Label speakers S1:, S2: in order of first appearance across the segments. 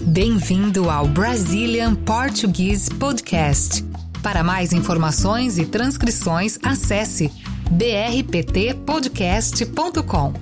S1: Bem-vindo ao Brazilian Portuguese Podcast. Para mais informações e transcrições, acesse brptpodcast.com.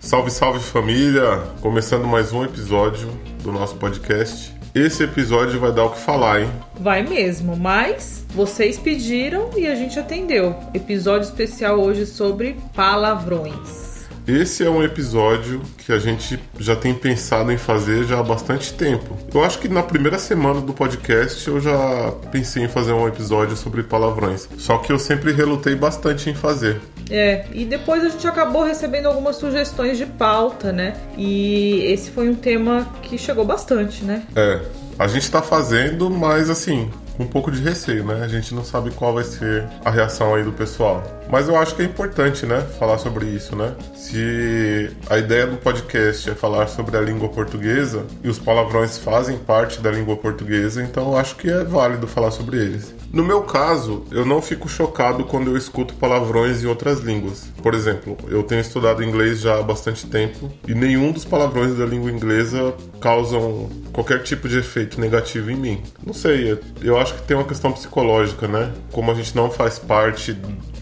S2: Salve, salve família! Começando mais um episódio do nosso podcast. Esse episódio vai dar o que falar, hein?
S3: Vai mesmo, mas vocês pediram e a gente atendeu. Episódio especial hoje sobre palavrões.
S2: Esse é um episódio que a gente já tem pensado em fazer já há bastante tempo. Eu acho que na primeira semana do podcast eu já pensei em fazer um episódio sobre palavrões. Só que eu sempre relutei bastante em fazer.
S3: É, e depois a gente acabou recebendo algumas sugestões de pauta, né? E esse foi um tema que chegou bastante, né?
S2: É, a gente tá fazendo, mas assim, com um pouco de receio, né? A gente não sabe qual vai ser a reação aí do pessoal. Mas eu acho que é importante, né? Falar sobre isso, né? Se a ideia do podcast é falar sobre a língua portuguesa e os palavrões fazem parte da língua portuguesa, então eu acho que é válido falar sobre eles. No meu caso, eu não fico chocado quando eu escuto palavrões em outras línguas. Por exemplo, eu tenho estudado inglês já há bastante tempo e nenhum dos palavrões da língua inglesa causam qualquer tipo de efeito negativo em mim. Não sei, eu acho que tem uma questão psicológica, né? Como a gente não faz parte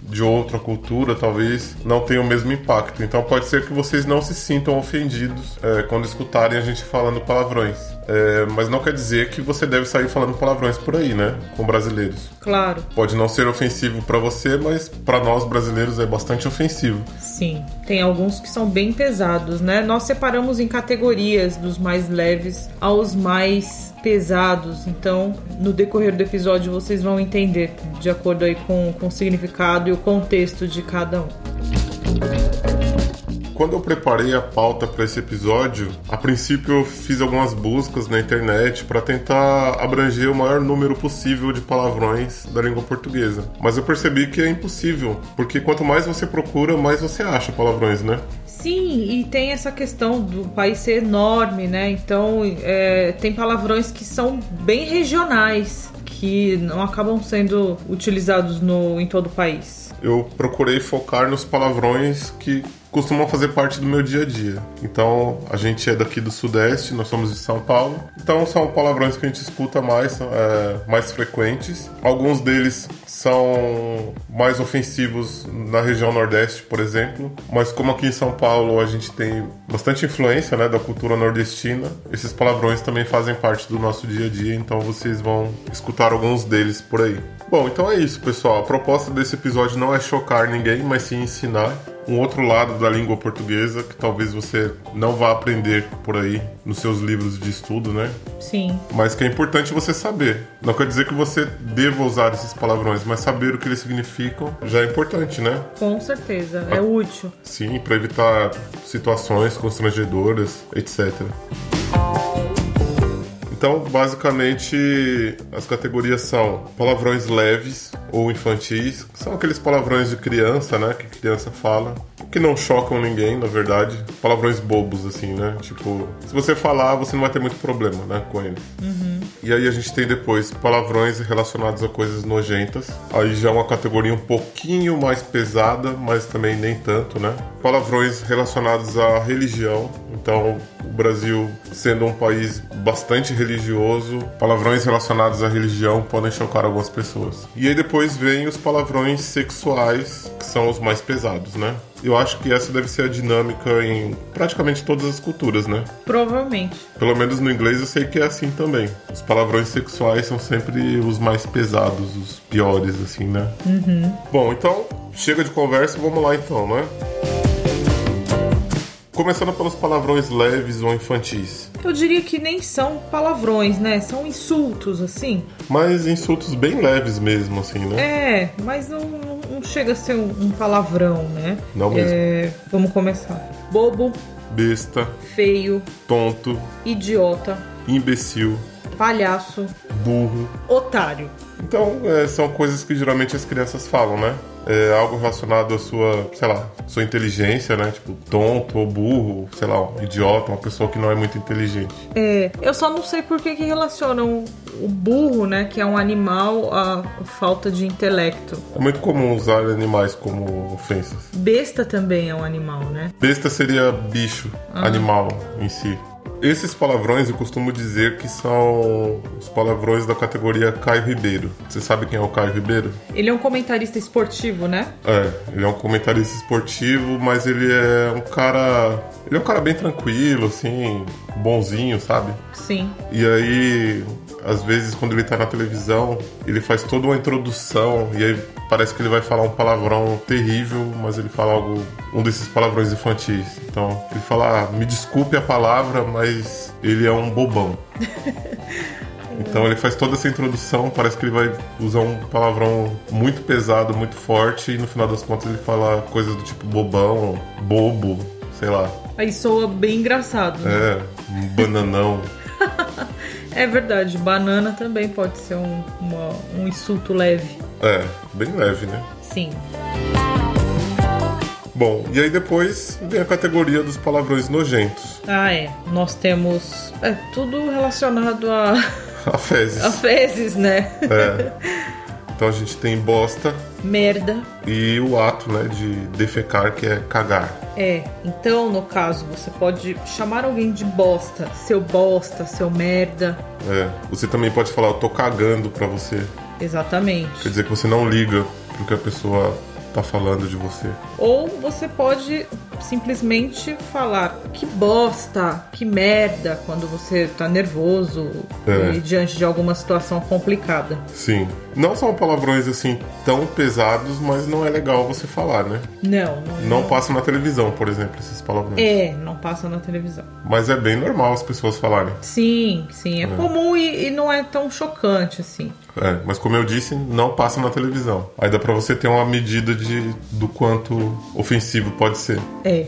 S2: de outra cultura, talvez não tenha o mesmo impacto. Então pode ser que vocês não se sintam ofendidos é, quando escutarem a gente falando palavrões. É, mas não quer dizer que você deve sair falando palavrões por aí, né? Com brasileiros.
S3: Claro,
S2: Pode não ser ofensivo pra você, mas pra nós brasileiros é bastante ofensivo.
S3: sim. Tem alguns que são bem pesados, né? Nós separamos em categorias dos mais leves aos mais pesados. Então, no decorrer do episódio, vocês vão entender de acordo aí com, com o significado e o contexto de cada um.
S2: Quando eu preparei a pauta para esse episódio, a princípio eu fiz algumas buscas na internet para tentar abranger o maior número possível de palavrões da língua portuguesa. Mas eu percebi que é impossível, porque quanto mais você procura, mais você acha palavrões, né?
S3: Sim, e tem essa questão do país ser enorme, né? Então, é, tem palavrões que são bem regionais, que não acabam sendo utilizados no, em todo o país.
S2: eu procurei focar nos palavrões que costumam fazer parte do meu dia a dia. Então, a gente é daqui do Sudeste, nós somos de São Paulo. Então, são palavrões que a gente escuta mais, são, é, mais frequentes. Alguns deles são mais ofensivos na região Nordeste, por exemplo. Mas como aqui em São Paulo a gente tem bastante influência né, da cultura nordestina, esses palavrões também fazem parte do nosso dia a dia. Então, vocês vão escutar alguns deles por aí. Bom, então é isso, pessoal. A proposta desse episódio não é chocar ninguém, mas sim ensinar um outro lado da língua portuguesa que talvez você não vá aprender por aí nos seus livros de estudo, né?
S3: Sim,
S2: Mas que é importante você saber. Não quer dizer que você deva usar esses palavrões, mas saber o que eles significam já é importante, né?
S3: com certeza. É útil.
S2: Sim, para evitar situações constrangedoras, etc. Então, basicamente, as categorias são palavrões leves ou infantis, que são aqueles palavrões de criança, né, que criança fala, que não chocam ninguém, na verdade, palavrões bobos assim, né? Tipo, se você falar, você não vai ter muito problema, né, com eles. E aí a gente tem depois palavrões relacionados a coisas nojentas. Aí já é uma categoria um pouquinho mais pesada, mas também nem tanto, né? Palavrões relacionados à religião. Então, o Brasil sendo um país bastante religioso, palavrões relacionados à religião podem chocar algumas pessoas. E aí depois vem os palavrões sexuais, que são os mais pesados, né? Eu acho que essa deve ser a dinâmica em praticamente todas as culturas, né?
S3: Provavelmente.
S2: Pelo menos no inglês eu sei que é assim também. Os palavrões sexuais são sempre os mais pesados, os piores, assim, né? Bom, então, chega de conversa, vamos lá então, né? Começando pelos palavrões leves ou infantis,
S3: Eu diria que nem são palavrões, né? São insultos, assim.
S2: mas insultos bem leves mesmo, assim, né?
S3: É, mas não, não- não chega a ser um, um palavrão, né?
S2: Não mesmo.
S3: É, vamos começar. Bobo,
S2: Besta,
S3: feio,
S2: tonto,
S3: idiota,
S2: imbecil,
S3: palhaço,
S2: burro,
S3: otário.
S2: Então, é, são coisas que geralmente as crianças falam, né? É algo relacionado à sua, sei lá, sua inteligência, né? Tipo, tonto ou burro, sei lá, um idiota, uma pessoa que não é muito inteligente.
S3: É, eu só não sei por que, que relacionam o burro, né, que é um animal, à falta de intelecto.
S2: É muito comum usar animais como ofensas.
S3: Besta também é um animal, né?
S2: Besta seria bicho, animal em si. Esses palavrões eu costumo dizer que são os palavrões da categoria Caio Ribeiro. Você sabe quem é o Caio Ribeiro?
S3: Ele é um comentarista esportivo, né?
S2: É, ele é um comentarista esportivo, mas ele é um cara. Ele é um cara bem tranquilo, assim, bonzinho, sabe?
S3: Sim.
S2: E aí, às vezes, quando ele tá na televisão, ele faz toda uma introdução e aí parece que ele vai falar um palavrão terrível, mas ele fala algo, um desses palavrões infantis. Então, ele fala, ah, me desculpe a palavra, mas ele é um bobão. Então ele faz toda essa introdução, parece que ele vai usar um palavrão muito pesado, muito forte, e no final das contas ele fala coisas do tipo bobão, bobo, sei lá.
S3: Aí soa bem engraçado, né?
S2: É, um bananão.
S3: É verdade, banana também pode ser um, uma- um insulto leve.
S2: É, bem leve, né?
S3: Sim.
S2: Bom, e aí depois vem a categoria dos palavrões nojentos.
S3: Ah, é. Nós temos. É tudo relacionado a,
S2: A fezes.
S3: a fezes, né?
S2: É. Então a gente tem bosta
S3: Merda.
S2: e o ato, né, de defecar, que é cagar.
S3: É. Então, no caso, você pode chamar alguém de bosta. Seu bosta, seu merda.
S2: É. Você também pode falar, eu tô cagando pra você. Quer
S3: Exatamente.
S2: dizer que você não liga pro que a pessoa tá falando de você.
S3: Ou você pode simplesmente falar que bosta, que merda, quando você tá nervoso
S2: É.
S3: e diante de alguma situação complicada.
S2: Sim. Não são palavrões assim tão pesados, mas não é legal você falar, né?
S3: Não, não,
S2: Não passa na televisão, por exemplo, esses palavrões.
S3: É, não passa na televisão.
S2: Mas é bem normal as pessoas falarem.
S3: Sim, sim, é comum e, e não é tão chocante assim.
S2: É, mas como eu disse, não passa na televisão. Aí dá pra você ter uma medida de do quanto ofensivo pode ser.
S3: É.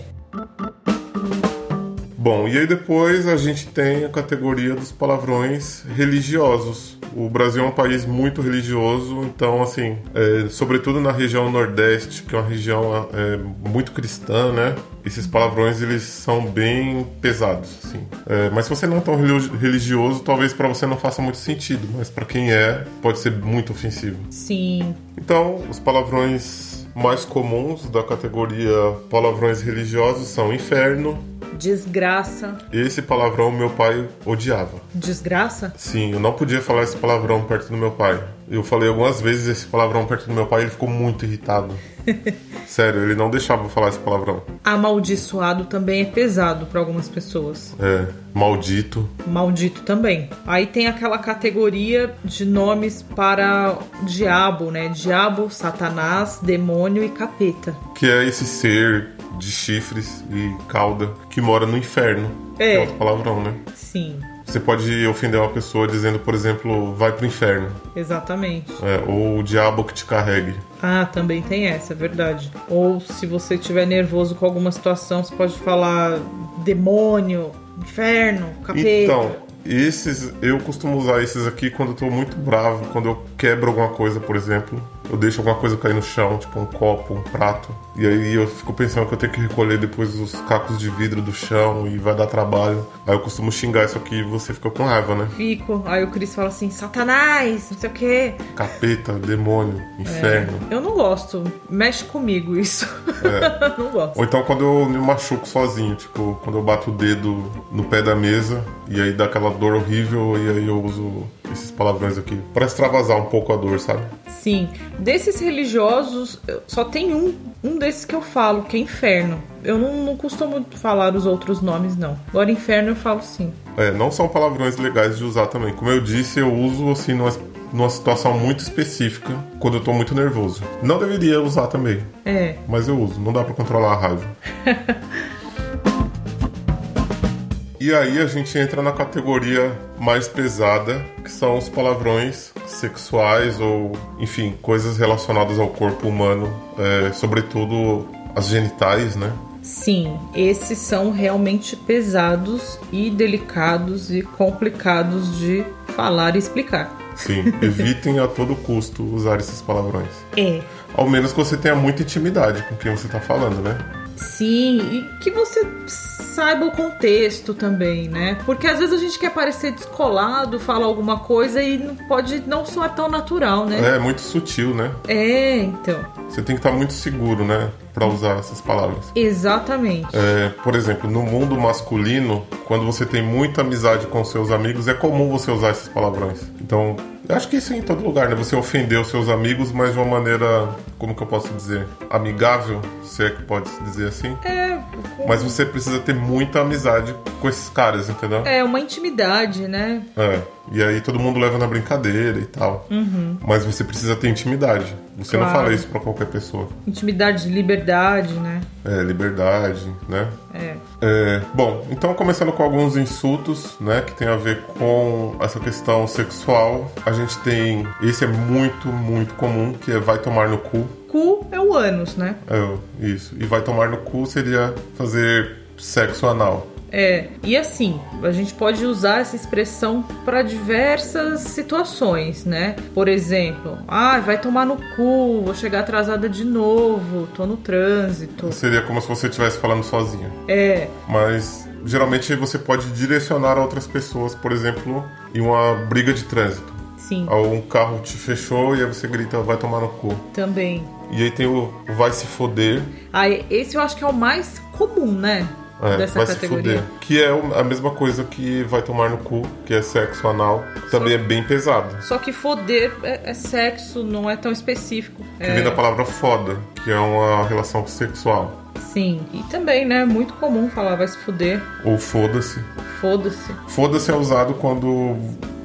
S2: Bom, e aí depois a gente tem a categoria dos palavrões religiosos. O Brasil é um país muito religioso, então assim, é, sobretudo na região nordeste, que é uma região é, muito cristã, né? Esses palavrões eles são bem pesados, assim. É, mas se você não é tão religi- religioso, talvez pra você não faça muito sentido, mas pra quem é, pode ser muito ofensivo.
S3: Sim.
S2: Então, os palavrões mais comuns da categoria palavrões religiosos são inferno,
S3: Desgraça.
S2: esse palavrão meu pai odiava.
S3: Desgraça?
S2: Sim, eu não podia falar esse palavrão perto do meu pai. Eu falei algumas vezes esse palavrão perto do meu pai e ele ficou muito irritado. Sério, ele não deixava eu falar esse palavrão.
S3: Amaldiçoado também é pesado para algumas pessoas.
S2: É, maldito.
S3: Maldito também. Aí tem aquela categoria de nomes para diabo, né? Diabo, Satanás, demônio e capeta.
S2: Que é esse ser de chifres e cauda que mora no inferno.
S3: É.
S2: Que é outro palavrão, né?
S3: Sim,
S2: Você pode ofender uma pessoa dizendo, por exemplo, vai pro inferno.
S3: exatamente.
S2: É, ou o diabo que te carregue.
S3: Ah, também tem essa, é verdade. Ou se você estiver nervoso com alguma situação, você pode falar demônio, inferno, capeta.
S2: Então, esses eu costumo usar esses aqui quando eu tô muito bravo, quando eu quebro alguma coisa, por exemplo. Eu deixo alguma coisa cair no chão, tipo um copo, um prato. E aí eu fico pensando que eu tenho que recolher depois os cacos de vidro do chão e vai dar trabalho. Aí eu costumo xingar isso aqui e você fica com raiva, né?
S3: Fico. Aí o Cris fala assim: Satanás, não sei o quê.
S2: Capeta, demônio, inferno.
S3: Eu não gosto. Mexe comigo isso. não gosto.
S2: Ou então quando eu me machuco sozinho, tipo, quando eu bato o dedo no pé da mesa e aí dá aquela dor horrível e aí eu uso esses palavrões aqui pra extravasar um pouco a dor, sabe?
S3: Sim. Desses religiosos, eu- só tem um, um desses que eu falo, que é inferno. Eu não, não costumo falar os outros nomes, não. Agora, inferno eu falo sim.
S2: É, não são palavrões legais de usar também. Como eu disse, eu uso assim numa, numa situação muito específica, quando eu tô muito nervoso. Não deveria usar também,
S3: É.
S2: mas eu uso, não dá pra controlar a raiva. e aí a gente entra na categoria mais pesada, que são os palavrões sexuais ou, enfim, coisas relacionadas ao corpo humano, é, sobretudo as genitais, né?
S3: Sim, esses são realmente pesados e delicados e complicados de falar e explicar.
S2: Sim, evitem a todo custo usar esses palavrões.
S3: É.
S2: Ao menos que você tenha muita intimidade com quem você tá falando, né?
S3: Sim, e que você saiba o contexto também, né? Porque às vezes a gente quer parecer descolado, fala alguma coisa e não pode não soar tão natural, né?
S2: É muito sutil, né?
S3: É, então.
S2: Você tem que estar muito seguro, né? Pra usar essas palavras.
S3: Exatamente.
S2: É, por exemplo, no mundo masculino, quando você tem muita amizade com seus amigos, é comum você usar esses palavrões. Então, eu acho que isso é em todo lugar, né? Você ofendeu seus amigos, mas de uma maneira, como que eu posso dizer? Amigável, se é que pode se dizer assim.
S3: É,
S2: Mas você precisa ter muita amizade com esses caras, entendeu?
S3: é uma intimidade, né?
S2: É. E aí todo mundo leva na brincadeira e tal. Mas você precisa ter intimidade. Você não
S3: Claro.
S2: fala isso pra qualquer pessoa.
S3: Intimidade, liberdade, né?
S2: É, liberdade, né?
S3: É.
S2: É, bom, então começando com alguns insultos, né, que tem a ver com essa questão sexual, a gente tem, esse é muito, muito comum, que é vai tomar no cu,
S3: Cu é o ânus, né?
S2: é, isso, e vai tomar no cu seria fazer sexo anal,
S3: É, e assim, a gente pode usar essa expressão para diversas situações, né? Por exemplo, ah, vai tomar no cu, vou chegar atrasada de novo, tô no trânsito.
S2: seria como se você estivesse falando sozinho,
S3: É,
S2: mas geralmente você pode direcionar a outras pessoas, por exemplo, em uma briga de trânsito,
S3: sim,
S2: um carro te fechou e aí você grita vai tomar no cu,
S3: também.
S2: e aí tem o vai se foder,
S3: Ah, esse eu acho que é o mais comum, né?
S2: É,
S3: Dessa
S2: vai
S3: categoria.
S2: se fuder. Que é o- a mesma coisa que vai tomar no cu, que é sexo anal. Também é bem pesado.
S3: Só que foder é, é sexo, não é tão específico.
S2: Que vem da palavra foda, que é uma relação sexual.
S3: Sim. E também, né? Muito comum falar vai se fuder,
S2: Ou foda-se.
S3: foda-se.
S2: Foda-se é usado quando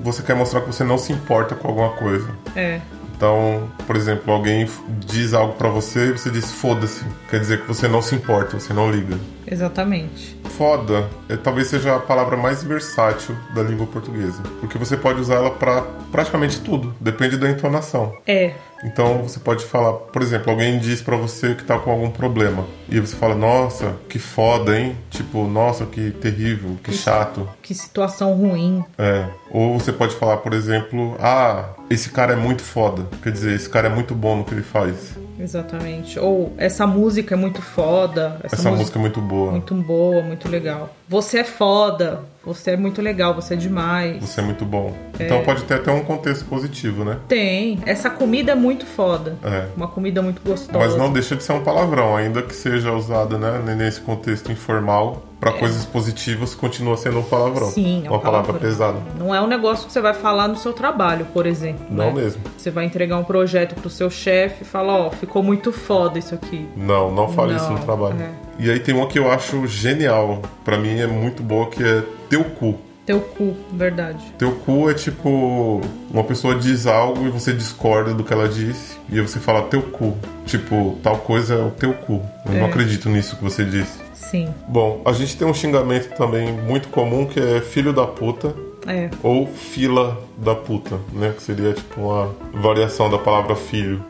S2: você quer mostrar que você não se importa com alguma coisa.
S3: É.
S2: Então, por exemplo, alguém f- diz algo pra você e você diz foda-se. Quer dizer que você não se importa, você não liga.
S3: Exatamente.
S2: Foda é, talvez seja a palavra mais versátil da língua portuguesa. Porque você pode usar ela pra praticamente tudo, depende da entonação.
S3: É,
S2: Então você pode falar, por exemplo, alguém diz pra você que tá com algum problema. E você fala, nossa, que foda, hein? Tipo, nossa, que terrível, que chato.
S3: que situação ruim.
S2: É. Ou você pode falar, por exemplo, ah, esse cara é muito foda. Quer dizer, esse cara é muito bom no que ele faz.
S3: Exatamente. Ou essa música é muito foda. Essa,
S2: Essa
S3: música
S2: música é muito
S3: é
S2: boa.
S3: muito boa, muito legal. Você é foda. Você é muito legal, você é demais.
S2: Você é muito bom. Então pode ter até um contexto positivo, né?
S3: Tem. Essa comida é muito foda.
S2: É.
S3: Uma comida muito gostosa.
S2: Mas não deixa de ser um palavrão, ainda que seja usado, né, nesse contexto informal, pra coisas positivas, continua sendo um palavrão.
S3: É. Sim, é um
S2: uma palavra
S3: palavrão.
S2: pesada.
S3: Não é um negócio que você vai falar no seu trabalho, por exemplo.
S2: Não
S3: né?
S2: mesmo.
S3: Você vai entregar um projeto pro seu chefe e fala, ó, ficou muito foda isso aqui.
S2: Não, não fale isso no
S3: Não,
S2: trabalho.
S3: é.
S2: E aí tem uma que eu acho genial, Pra mim é muito boa, que é teu cu.
S3: Teu cu, verdade.
S2: Teu cu é tipo, uma pessoa diz algo e você discorda do que ela disse, e aí você fala teu cu. Tipo, tal coisa é o teu cu. Eu não acredito nisso que você disse.
S3: Sim.
S2: Bom, a gente tem um xingamento também muito comum que é filho da puta
S3: É.
S2: ou fila da puta, né? Que seria tipo uma variação da palavra filho.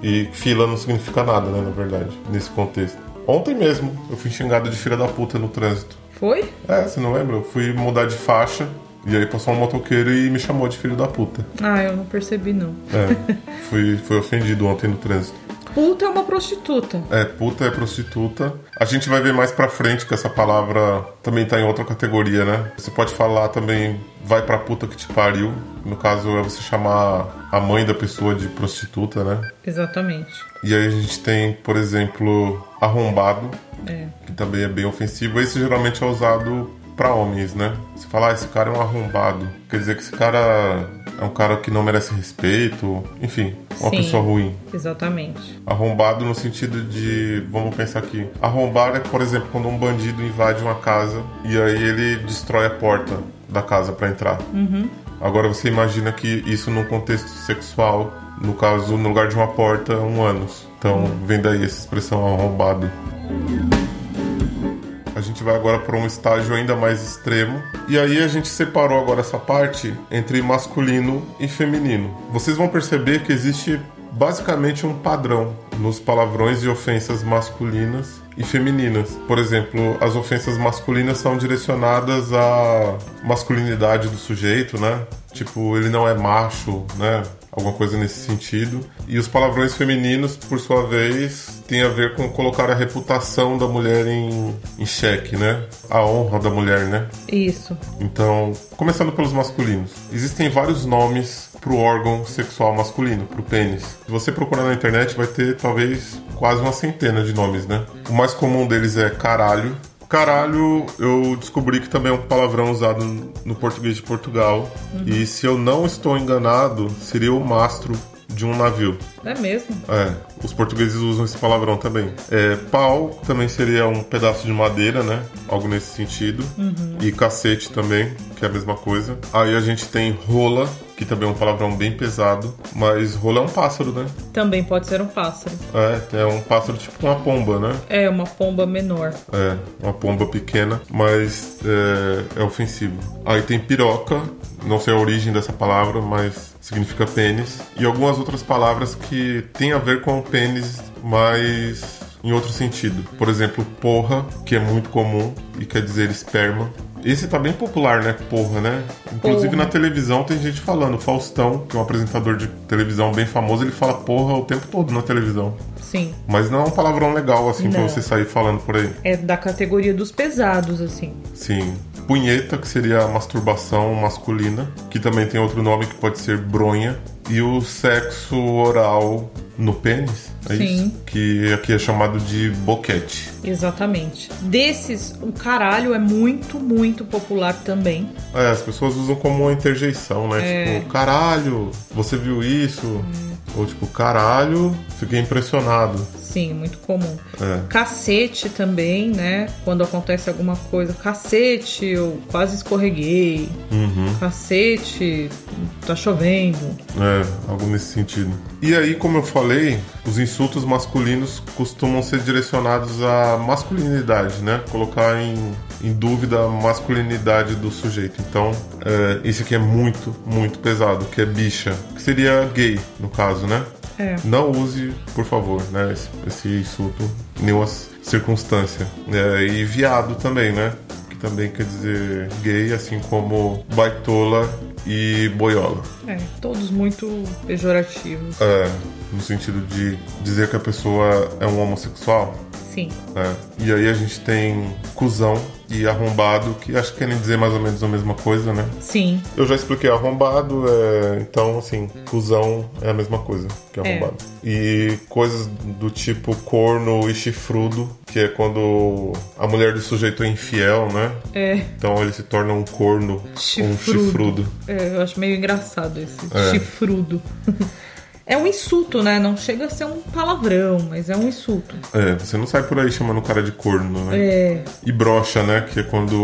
S2: E fila não significa nada, né? Na verdade, nesse contexto. Ontem mesmo eu fui xingado de filha da puta no trânsito.
S3: Foi?
S2: É, você não lembra? Eu fui mudar de faixa e aí passou um motoqueiro e me chamou de filho da puta.
S3: Ah, eu não percebi, não.
S2: É, fui, fui ofendido ontem no trânsito.
S3: Puta é uma prostituta.
S2: É, puta é prostituta. A gente vai ver mais pra frente que essa palavra também tá em outra categoria, né? Você pode falar também, vai pra puta que te pariu. No caso, é você chamar a mãe da pessoa de prostituta, né?
S3: Exatamente.
S2: E aí a gente tem, por exemplo, arrombado,
S3: É.
S2: que também é bem ofensivo. Esse geralmente é usado pra homens, né? Você fala, ah, esse cara é um arrombado. Quer dizer que esse cara é um cara que não merece respeito. Enfim, uma
S3: Sim.
S2: pessoa ruim.
S3: Exatamente.
S2: Arrombado no sentido de, vamos pensar aqui, arrombar é, por exemplo, quando um bandido invade uma casa e aí ele destrói a porta da casa pra entrar. Agora você imagina que isso num contexto sexual, no caso, no lugar de uma porta, um ânus. Então vem daí essa expressão arrombado. A gente vai agora para um estágio ainda mais extremo. E aí a gente separou agora essa parte entre masculino e feminino. Vocês vão perceber que existe basicamente um padrão nos palavrões e ofensas masculinas e femininas. Por exemplo, as ofensas masculinas são direcionadas à masculinidade do sujeito, né? Tipo, ele não é macho, né? Alguma coisa nesse sentido. E os palavrões femininos, por sua vez, têm a ver com colocar a reputação da mulher em, em xeque, né? A honra da mulher, né?
S3: Isso.
S2: Então, começando pelos masculinos. Existem vários nomes pro órgão sexual masculino, pro pênis. Se você procurar na internet, vai ter talvez quase uma centena de nomes, né? O mais comum deles é caralho. Caralho, eu descobri que também é um palavrão usado no português de Portugal. E se eu não estou enganado, seria o mastro de um navio.
S3: É mesmo?
S2: É, os portugueses usam esse palavrão também. É, pau também seria um pedaço de madeira, né? Algo nesse sentido. E cacete também, que é a mesma coisa. Aí a gente tem rola, que também é um palavrão bem pesado. Mas rola é um pássaro, né?
S3: Também pode ser um pássaro.
S2: É, é um pássaro tipo uma pomba, né?
S3: É uma pomba menor.
S2: É, uma pomba pequena, mas é, é ofensivo. Aí tem piroca, não sei a origem dessa palavra, mas significa pênis. E algumas outras palavras que têm a ver com o pênis, mas em outro sentido. Por exemplo, porra, que é muito comum e quer dizer esperma. Esse tá bem popular, né? Porra, né? Inclusive
S3: Porra.
S2: na televisão tem gente falando. Faustão, que é um apresentador de televisão bem famoso, ele fala porra o tempo todo na televisão.
S3: Sim.
S2: Mas não é um palavrão legal, assim, pra
S3: Não.
S2: você sair falando por aí.
S3: É da categoria dos pesados, assim.
S2: Sim. Punheta, que seria a masturbação masculina, que também tem outro nome que pode ser bronha. E o sexo oral no pênis, é
S3: Sim.
S2: isso? Que aqui é chamado de boquete.
S3: Exatamente. Desses, o caralho é muito, muito popular também.
S2: É, as pessoas usam como uma interjeição, né? Tipo, caralho, você viu isso? Ou tipo, caralho, fiquei impressionado.
S3: Sim, muito comum.
S2: É.
S3: Cacete também, né? Quando acontece alguma coisa. Cacete, eu quase escorreguei.
S2: Uhum.
S3: Cacete, tá chovendo.
S2: É, algo nesse sentido. E aí, como eu falei, os insultos masculinos costumam ser direcionados à masculinidade, né? Colocar em, em dúvida a masculinidade do sujeito. Então, é, esse aqui é muito, muito pesado, que é bicha, que seria gay, no caso, né?
S3: É.
S2: Não use, por favor, né, esse, esse insulto em nenhuma circunstância. É, e viado também, né? Que também quer dizer gay, assim como baitola e boiola.
S3: É, todos muito pejorativos.
S2: É, no sentido de dizer que a pessoa é um homossexual.
S3: Sim.
S2: né? E aí a gente tem cuzão e arrombado, que acho que querem dizer mais ou menos a mesma coisa, né?
S3: Sim.
S2: Eu já expliquei arrombado, é, então assim, cuzão é a mesma coisa que
S3: É.
S2: arrombado. E coisas do tipo corno e chifrudo, que é quando a mulher do sujeito é infiel, né?
S3: É,
S2: Então ele se torna um corno ou um
S3: Chifrudo.
S2: chifrudo.
S3: é, eu acho meio engraçado esse
S2: É.
S3: chifrudo. É um insulto, né? Não chega a ser um palavrão, mas é um insulto.
S2: É, você não sai por aí chamando o cara de corno, né?
S3: É,
S2: E brocha, né? Que é quando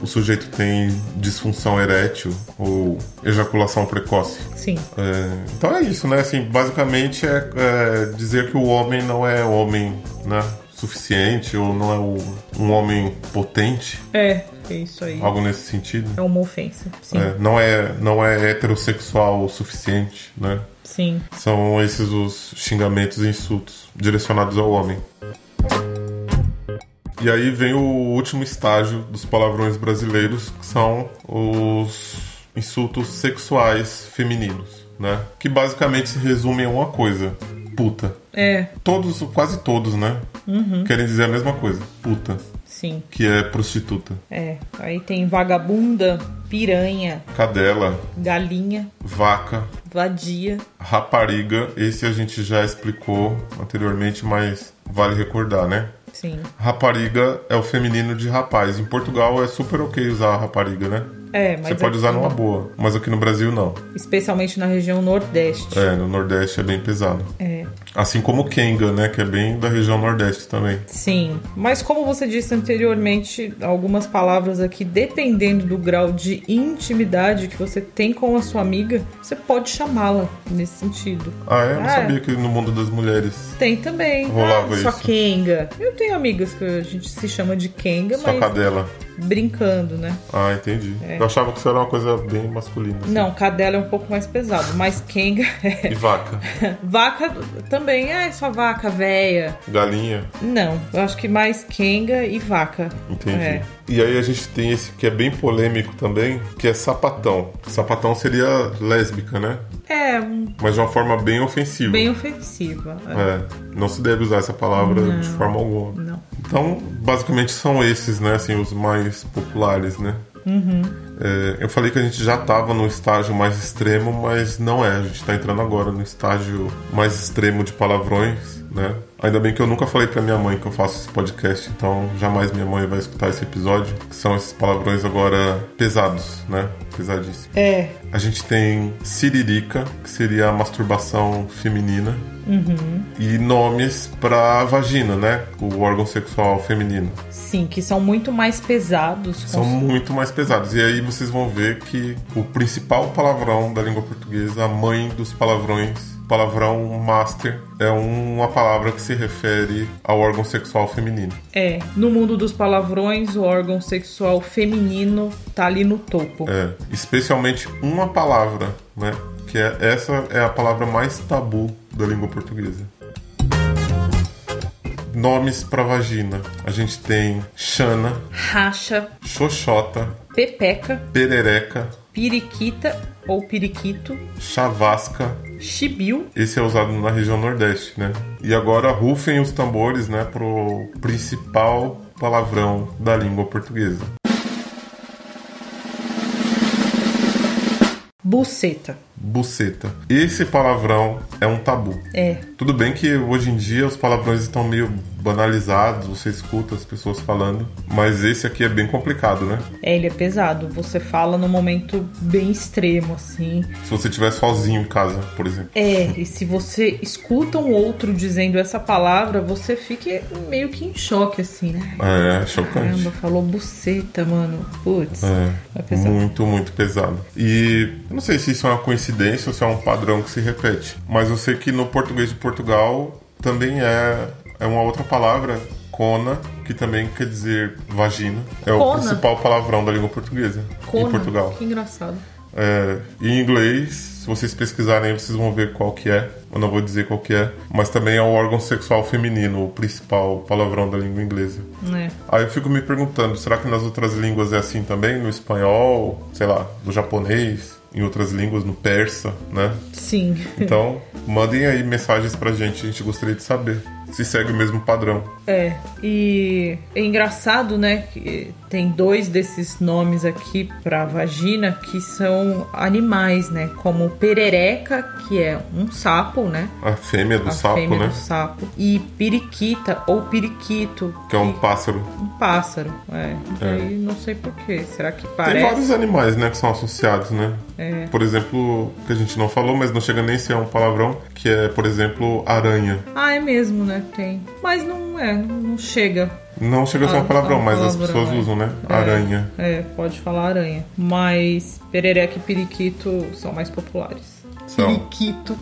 S2: o sujeito tem disfunção erétil ou ejaculação precoce.
S3: sim.
S2: É, então é isso, né? Assim, basicamente é, é dizer que o homem não é homem, né? Suficiente ou não é o- um homem potente,
S3: É, é isso aí.
S2: algo nesse sentido.
S3: É uma ofensa. Sim,
S2: É, não é não é heterossexual o suficiente, né?
S3: sim.
S2: São esses os xingamentos e insultos direcionados ao homem. E aí vem o último estágio dos palavrões brasileiros, que são os insultos sexuais femininos, né? Que basicamente se resumem a uma coisa: puta.
S3: É,
S2: Todos, quase todos, né? Querem dizer a mesma coisa: puta,
S3: sim.
S2: que é prostituta,
S3: É. Aí tem vagabunda, piranha,
S2: cadela,
S3: galinha,
S2: vaca,
S3: vadia.
S2: rapariga. Esse a gente já explicou anteriormente, mas vale recordar, né?
S3: Sim.
S2: Rapariga é o feminino de rapaz. Em Portugal é super ok usar rapariga, né?
S3: É, mas
S2: Você pode
S3: aqui-
S2: usar numa boa, mas aqui no Brasil não.
S3: Especialmente na região nordeste.
S2: É, no Nordeste é bem pesado.
S3: É.
S2: Assim como o Kenga, né? Que é bem da região Nordeste também.
S3: Sim, mas como você disse anteriormente, algumas palavras aqui, dependendo do grau de intimidade que você tem com a sua amiga, você pode chamá-la nesse sentido.
S2: Ah, é? Eu não
S3: Ah, é.
S2: sabia que no mundo das mulheres.
S3: Tem também.
S2: Rolava
S3: ah, só
S2: isso.
S3: Kenga. Eu tenho amigas que a gente se chama de Kenga,
S2: Só
S3: mas.
S2: cadela.
S3: brincando, né?
S2: Ah, entendi. Eu achava que isso era uma coisa bem masculina. assim.
S3: Não, cadela é um pouco mais pesado, mas Kenga é.
S2: E vaca?
S3: Vaca também é só vaca véia.
S2: Galinha?
S3: Não, eu acho que mais Kenga e vaca.
S2: Entendi.
S3: É.
S2: E aí a gente tem esse que é bem polêmico também, que é sapatão. Sapatão seria lésbica, né?
S3: É, um-
S2: Mas de uma forma bem ofensiva.
S3: bem ofensiva. É.
S2: É, não se deve usar essa palavra de forma alguma.
S3: Não.
S2: Então, basicamente são esses, né? Assim, os mais populares, né? É, eu falei que a gente já estava no estágio mais extremo, mas não é. A gente está entrando agora no estágio mais extremo de palavrões, né? Ainda bem que eu nunca falei pra minha mãe que eu faço esse podcast, então jamais minha mãe vai escutar esse episódio. Que são esses palavrões agora pesados, né? Pesadíssimos.
S3: É,
S2: A gente tem Siririca, que seria a masturbação feminina. E nomes pra vagina, né? O órgão sexual feminino.
S3: sim, que são muito mais pesados. com-
S2: São muito mais pesados. E aí vocês vão ver que o principal palavrão da língua portuguesa, a mãe dos palavrões, palavrão master, é uma palavra que se refere ao órgão sexual feminino.
S3: É, no mundo dos palavrões, o órgão sexual feminino tá ali no topo.
S2: É, especialmente uma palavra, né? Que é, essa é a palavra mais tabu da língua portuguesa. Nomes pra vagina. A gente tem Xana,
S3: Racha,
S2: Xoxota,
S3: pepeca,
S2: Perereca,
S3: piriquita ou piriquito,
S2: Chavasca.
S3: chibiu,
S2: Esse é usado na região Nordeste, né? E agora rufem os tambores, né? Pro principal palavrão da língua portuguesa.
S3: buceta.
S2: Buceta. Esse palavrão é um tabu.
S3: É,
S2: Tudo bem que hoje em dia os palavrões estão meio banalizados, você escuta as pessoas falando, mas esse aqui é bem complicado, né?
S3: é, ele é pesado. Você fala num momento bem extremo, assim.
S2: Se você estiver sozinho em casa, por exemplo.
S3: É, e se você escuta um outro dizendo essa palavra, você fica meio que em choque, assim, né?
S2: É, chocante.
S3: Caramba, falou buceta, mano. Putz.
S2: É,
S3: É pesado.
S2: muito, muito pesado. E eu não sei se isso é uma coincidência ou se é um padrão que se repete, mas eu sei que no português de Portugal também é, é uma outra palavra, cona, que também quer dizer vagina. É o
S3: Cona?
S2: principal palavrão da língua portuguesa
S3: Cona.
S2: em Portugal.
S3: Que engraçado.
S2: É, em inglês, se vocês pesquisarem, aí, vocês vão ver qual que é. Eu não vou dizer qual que é, mas também é o órgão sexual feminino, o principal palavrão da língua inglesa.
S3: né?
S2: Aí eu fico me perguntando, será que nas outras línguas é assim também? No espanhol, sei lá, no japonês, em outras línguas, no persa, né?
S3: Sim.
S2: Então, mandem aí mensagens pra gente, a gente gostaria de saber se segue o mesmo padrão.
S3: É, e é engraçado, né, que tem dois desses nomes aqui pra vagina que são animais, né, como perereca, que é um sapo, né,
S2: A fêmea do
S3: a
S2: sapo,
S3: fêmea
S2: né?
S3: do sapo, e periquita ou periquito,
S2: Que é um pássaro.
S3: um pássaro, é, E aí não sei porquê, será que
S2: Tem
S3: parece? É.
S2: vários animais, né, que são associados, né? Por exemplo, que a gente não falou, mas não chega nem a ser um palavrão, que é, por exemplo, aranha.
S3: Ah, é mesmo, né, tem, mas não é, não chega,
S2: Não chega a ser
S3: Ah,
S2: um palavrão,
S3: é um
S2: mas as
S3: palavrão,
S2: pessoas
S3: é.
S2: usam, né? Aranha.
S3: é, pode falar aranha, mas perereca e periquito são mais populares.
S2: São.
S3: Periquito.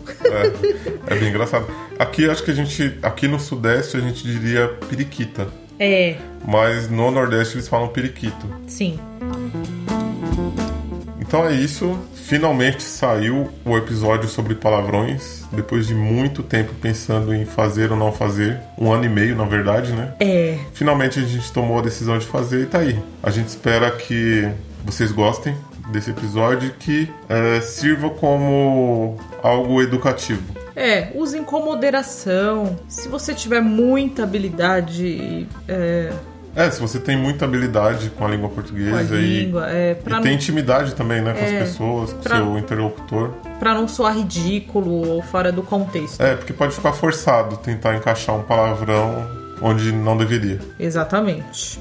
S2: É, é bem engraçado. Aqui acho que a gente. Aqui no Sudeste a gente diria periquita.
S3: É,
S2: Mas no Nordeste eles falam periquito.
S3: sim.
S2: Então é isso. Finalmente saiu o episódio sobre palavrões. Depois de muito tempo pensando em fazer ou não fazer. Um ano e meio, na verdade, né?
S3: É,
S2: Finalmente a gente tomou a decisão de fazer e tá aí. A gente espera que vocês gostem desse episódio e que eh, sirva como algo educativo.
S3: é, usem com moderação. Se você tiver muita habilidade é,
S2: É, se você tem muita habilidade com a língua
S3: com a
S2: portuguesa e,
S3: língua, é,
S2: e
S3: pra,
S2: tem intimidade também, né, com as
S3: É,
S2: pessoas, com o
S3: pra-
S2: seu interlocutor.
S3: não, pra não soar ridículo ou fora do contexto.
S2: É, porque pode ficar forçado tentar encaixar um palavrão onde não deveria.
S3: Exatamente.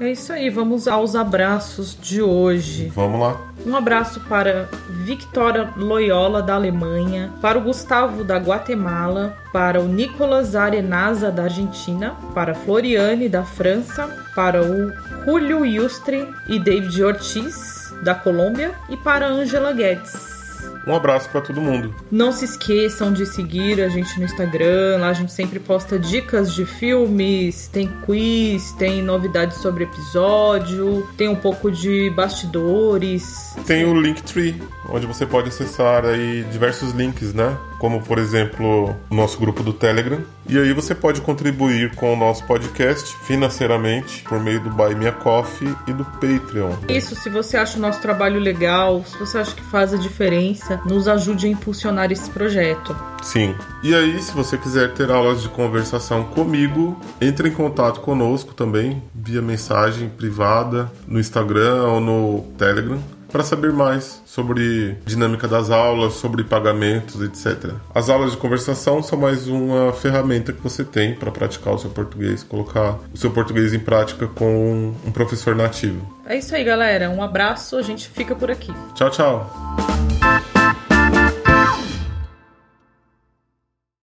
S3: É isso aí, vamos aos abraços de hoje.
S2: Vamos lá.
S3: Um abraço para Victoria Loyola da Alemanha, para o Gustavo da Guatemala, para o Nicolas Arenaza da Argentina, para Floriane da França, para o Julio Yustre e David Ortiz da Colômbia e para Angela Guedes.
S2: Um abraço para todo mundo.
S3: Não se esqueçam de seguir a gente no Instagram, lá a gente sempre posta dicas de filmes, tem quiz, tem novidades sobre episódio, tem um pouco de bastidores.
S2: Tem o Linktree, onde você pode acessar aí diversos links, né? Como por exemplo, o nosso grupo do Telegram. E aí você pode contribuir com o nosso podcast financeiramente por meio do Buy Me a Coffee e do Patreon.
S3: Isso, se você acha o nosso trabalho legal, se você acha que faz a diferença, nos ajude a impulsionar esse projeto.
S2: Sim. E aí, se você quiser ter aulas de conversação comigo, entre em contato conosco também via mensagem privada no Instagram ou no Telegram para saber mais sobre dinâmica das aulas, sobre pagamentos, etc. As aulas de conversação são mais uma ferramenta que você tem para praticar o seu português, colocar o seu português em prática com um professor nativo.
S3: É isso aí, galera. Um abraço, a gente fica por aqui.
S2: Tchau, tchau.